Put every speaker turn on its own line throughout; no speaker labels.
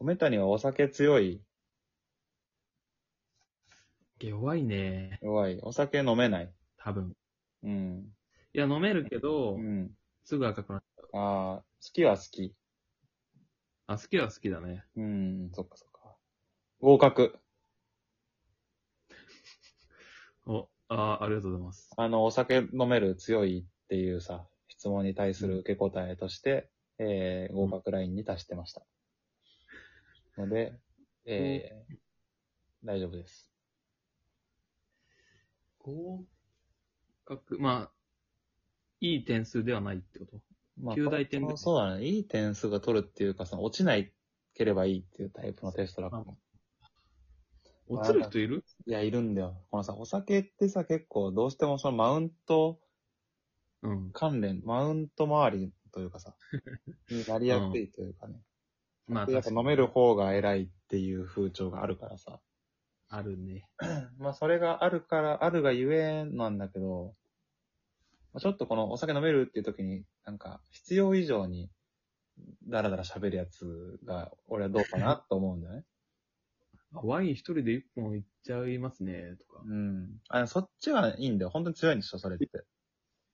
米谷はお酒強い
弱いね。
弱い。お酒飲めない。
多分。
うん。
いや、飲めるけど、
うん。
すぐ赤くなっちゃう。
ああ、好きは好き。
あ、好きは好きだね。
うん、そっかそっか。合格。
お、あーありがとうございます。
あの、お酒飲める強いっていうさ、質問に対する受け答えとして、えー、合格ラインに達してました。ので、えー、大丈夫です。
合格、まあ、いい点数ではないってこと
ま
9大点ぐらい
このそうだね。いい点数が取るっていうかさ、落ちないければいいっていうタイプのテストだから。
落ちる人いる
いや、いるんだよ。このさ、お酒ってさ、結構どうしてもそのマウント
うん。
関連、マウント周りというか さ、になりやすいというかね。
まあ、
やっぱ
確かに
飲める方が偉いっていう風潮があるからさ。
あるね。
まあ、それがあるから、あるがゆえなんだけど、まあちょっとこのお酒飲めるっていう時に、なんか、必要以上に、だらだら喋るやつが、俺はどうかなと思うんだ よね。
あワイン一人で一本いっちゃいますね、とか。
うん。あ、そっちはいいんだよ。本当に強いんでしょ、それって。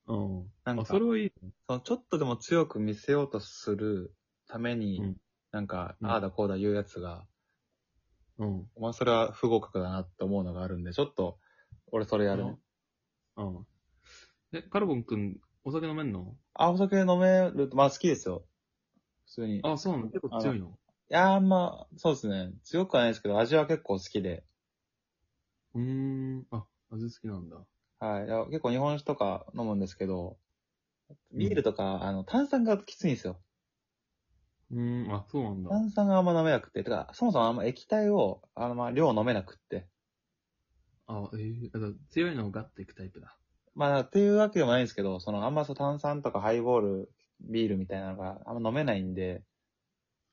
うん。
なんか
あ、それはいい。
そのちょっとでも強く見せようとするために、
うん
なんか、
うん
ああだこうだ言うやつが、
うん。
お前それは不合格だなって思うのがあるんで、ちょっと、俺それやるね。
うん。うん。え、カルボン君、お酒飲めんの
あ、お酒飲めると、まあ好きですよ。普通に。い
あ、そうなの結構強いの
やー、まあ、そうですね。強くはないですけど、味は結構好きで。
うーん。あ、味好きなんだ。
はい。いや結構日本酒とか飲むんですけど、
ん
ビールとか、あの、炭酸がきついんですよ。
うーん、あ、そうなんだ。
炭酸があんま飲めなくて。てか、そもそもあんま液体を、あの、まあ、量飲めなくって。
あ、えー、だから強いのをガッていくタイプだ。
まあ、っていうわけでもないんですけど、その、あんまそう炭酸とかハイボール、ビールみたいなのがあんま飲めないんで、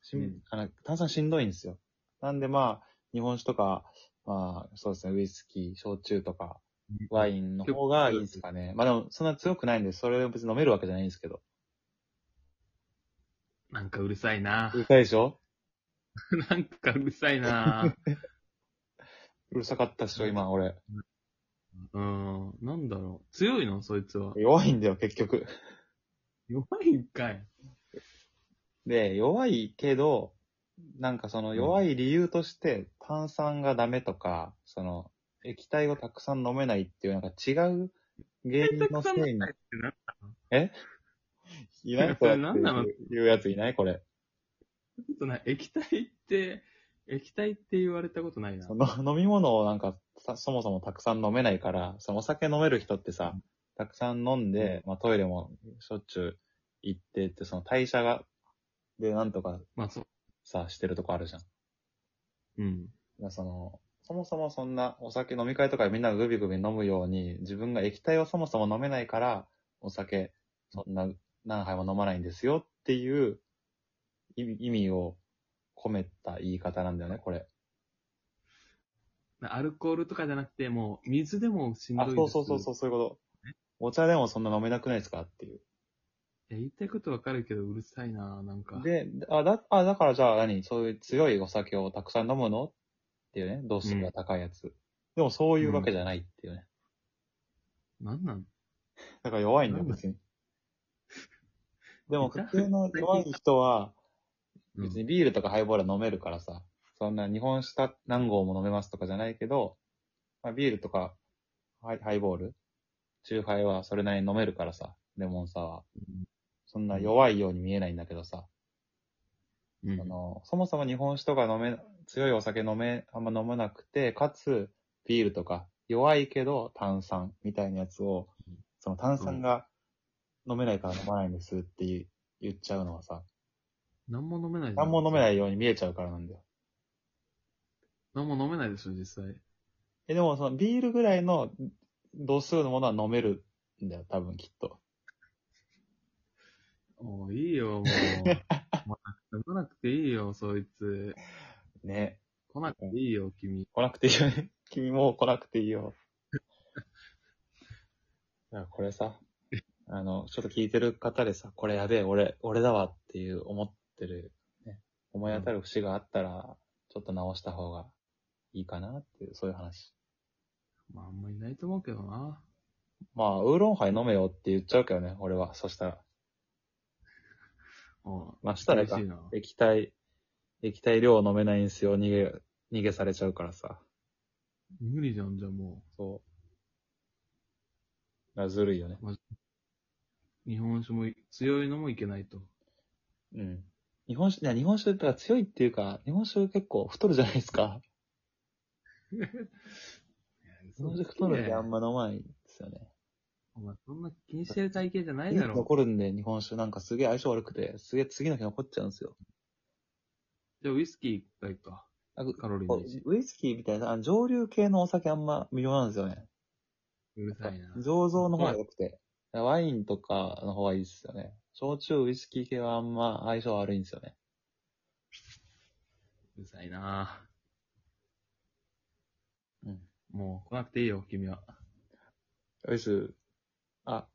しん
うん
あの炭酸しんどいんですよ。なんでまあ、日本酒とか、まあ、そうですね、ウイスキー、焼酎とか、ワインの方がいいですかね。まあでも、そんな強くないんで、それ別に飲めるわけじゃないんですけど。
なんかうるさいな
うるさいでしょ
なんかうるさいな
うるさかったっしょ、今、俺。
うーん、なんだろう。強いのそいつは。
弱いんだよ、結局。
弱いんかい。
で、弱いけど、なんかその弱い理由として炭酸がダメとか、その液体をたくさん飲めないっていうなんか違う原因のせいに
た。くさん飲めないって
いない
そ
こ
れ
うやって
何なの
言うやついないこれ。
なことない。液体って、液体って言われたことないな。
その飲み物をなんかさそもそもたくさん飲めないから、そのお酒飲める人ってさ、たくさん飲んで、まあトイレもしょっちゅう行ってって、その代謝が、でなんとか
まあそう。
さ、してるとこあるじゃん。
うん。
だからその、そもそもそんなお酒飲み会とかでみんながグビグビ飲むように、自分が液体をそもそも飲めないから、お酒、そんな何杯も飲まないんですよっていう意味意味を込めた言い方なんだよね、これ。
アルコールとかじゃなくて、もう、水でもしんどい
あ、
です。
そうそうそうそう、そういうこと。お茶でもそんな飲めなくないですかっていう。
いや言いたいことわかるけど、うるさいななんか。
で、あ、だ、あ、だからじゃあ何そういう強いお酒をたくさん飲むのっていうね、度数が高いやつ。でもそういうわけじゃないっていうね。
なんなん
だから弱いんだよ、
なんだ
別に。でも普通の弱い人は、
うん
別にビールとかハイボールは飲めるからさ、そんな日本酒か何合も飲めますとかじゃないけど、まあ、ビールとかハイハイボール、中ハイはそれなりに飲めるからさ、レモンサワー。そんな弱いように見えないんだけどさ、
うん
あの、そもそも日本酒とか飲め、強いお酒飲め、あんま飲まなくて、かつ、ビールとか、弱いけど炭酸みたいなやつを、その炭酸が飲めないから飲まないんですって言う言っちゃうのはさ、
何も飲めない。
何も飲めないいように見えちゃうからなんだよ。
何も飲めないでしょ、実際。
え、でもそのビールぐらいの度数のものは飲めるんだよ、多分きっと。
おういいよ、もう。まあ来なくていいよ、そいつ。
ね。
来なくていいよ、君。
来なくていいよね。君もう来なくていいよ。だからこれさ、あの、ちょっと聞いてる方でさ、これやべえ、俺、俺だわっていう思ってる、ね、思い当たる節があったら、ちょっと直した方がいいかなっていう、そういう話。
まあ、あんまりないと思うけどな。
まあ、ウーロンハイ飲めよって言っちゃうけどね、俺は。そしたら。
うん。
まあ、したらあれか
嬉しいな。
液体、液体量飲めないんすよ。逃げ、逃げされちゃうからさ。
無理じゃん、じゃあも
そう。あずるいよね。
う。日本酒もい強いのもいけないと。
うん。日本酒、いや、日本酒ってか強いっていうか、日本酒結構太るじゃないですか。日本酒太るんであんま飲まないんですよね。
お前、そんな気にしてる体型じゃないだろ。
残るんで、日本酒なんかすげえ相性悪くて、すげえ次の日残っちゃうんですよ。
じゃあ、ウイスキー一回か。
あう
カロリー
こ
の
う
1。
ウイスキーみたいな、あの上流系のお酒あんま微妙なんですよね。
うるさいな。
醸造の方が良くて。ワインとかの方がいいですよね。焼酎、ウイスキー系はあんま相性悪いんですよね。
うるさいな
うん。
もう来なくていいよ、君は。
ウイス、あ、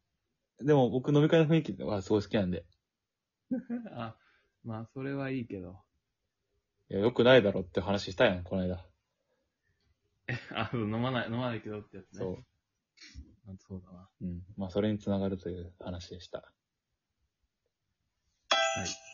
でも僕飲み会の雰囲気はすごい好きなんで。
あ、まあ、それはいいけど。
いや、良くないだろって話したやん、この間。
あ、そう飲まない、飲まないけどってやつね。
そ
あそうだな。
う。うん。まあ、それにつながるという話でした。
はい。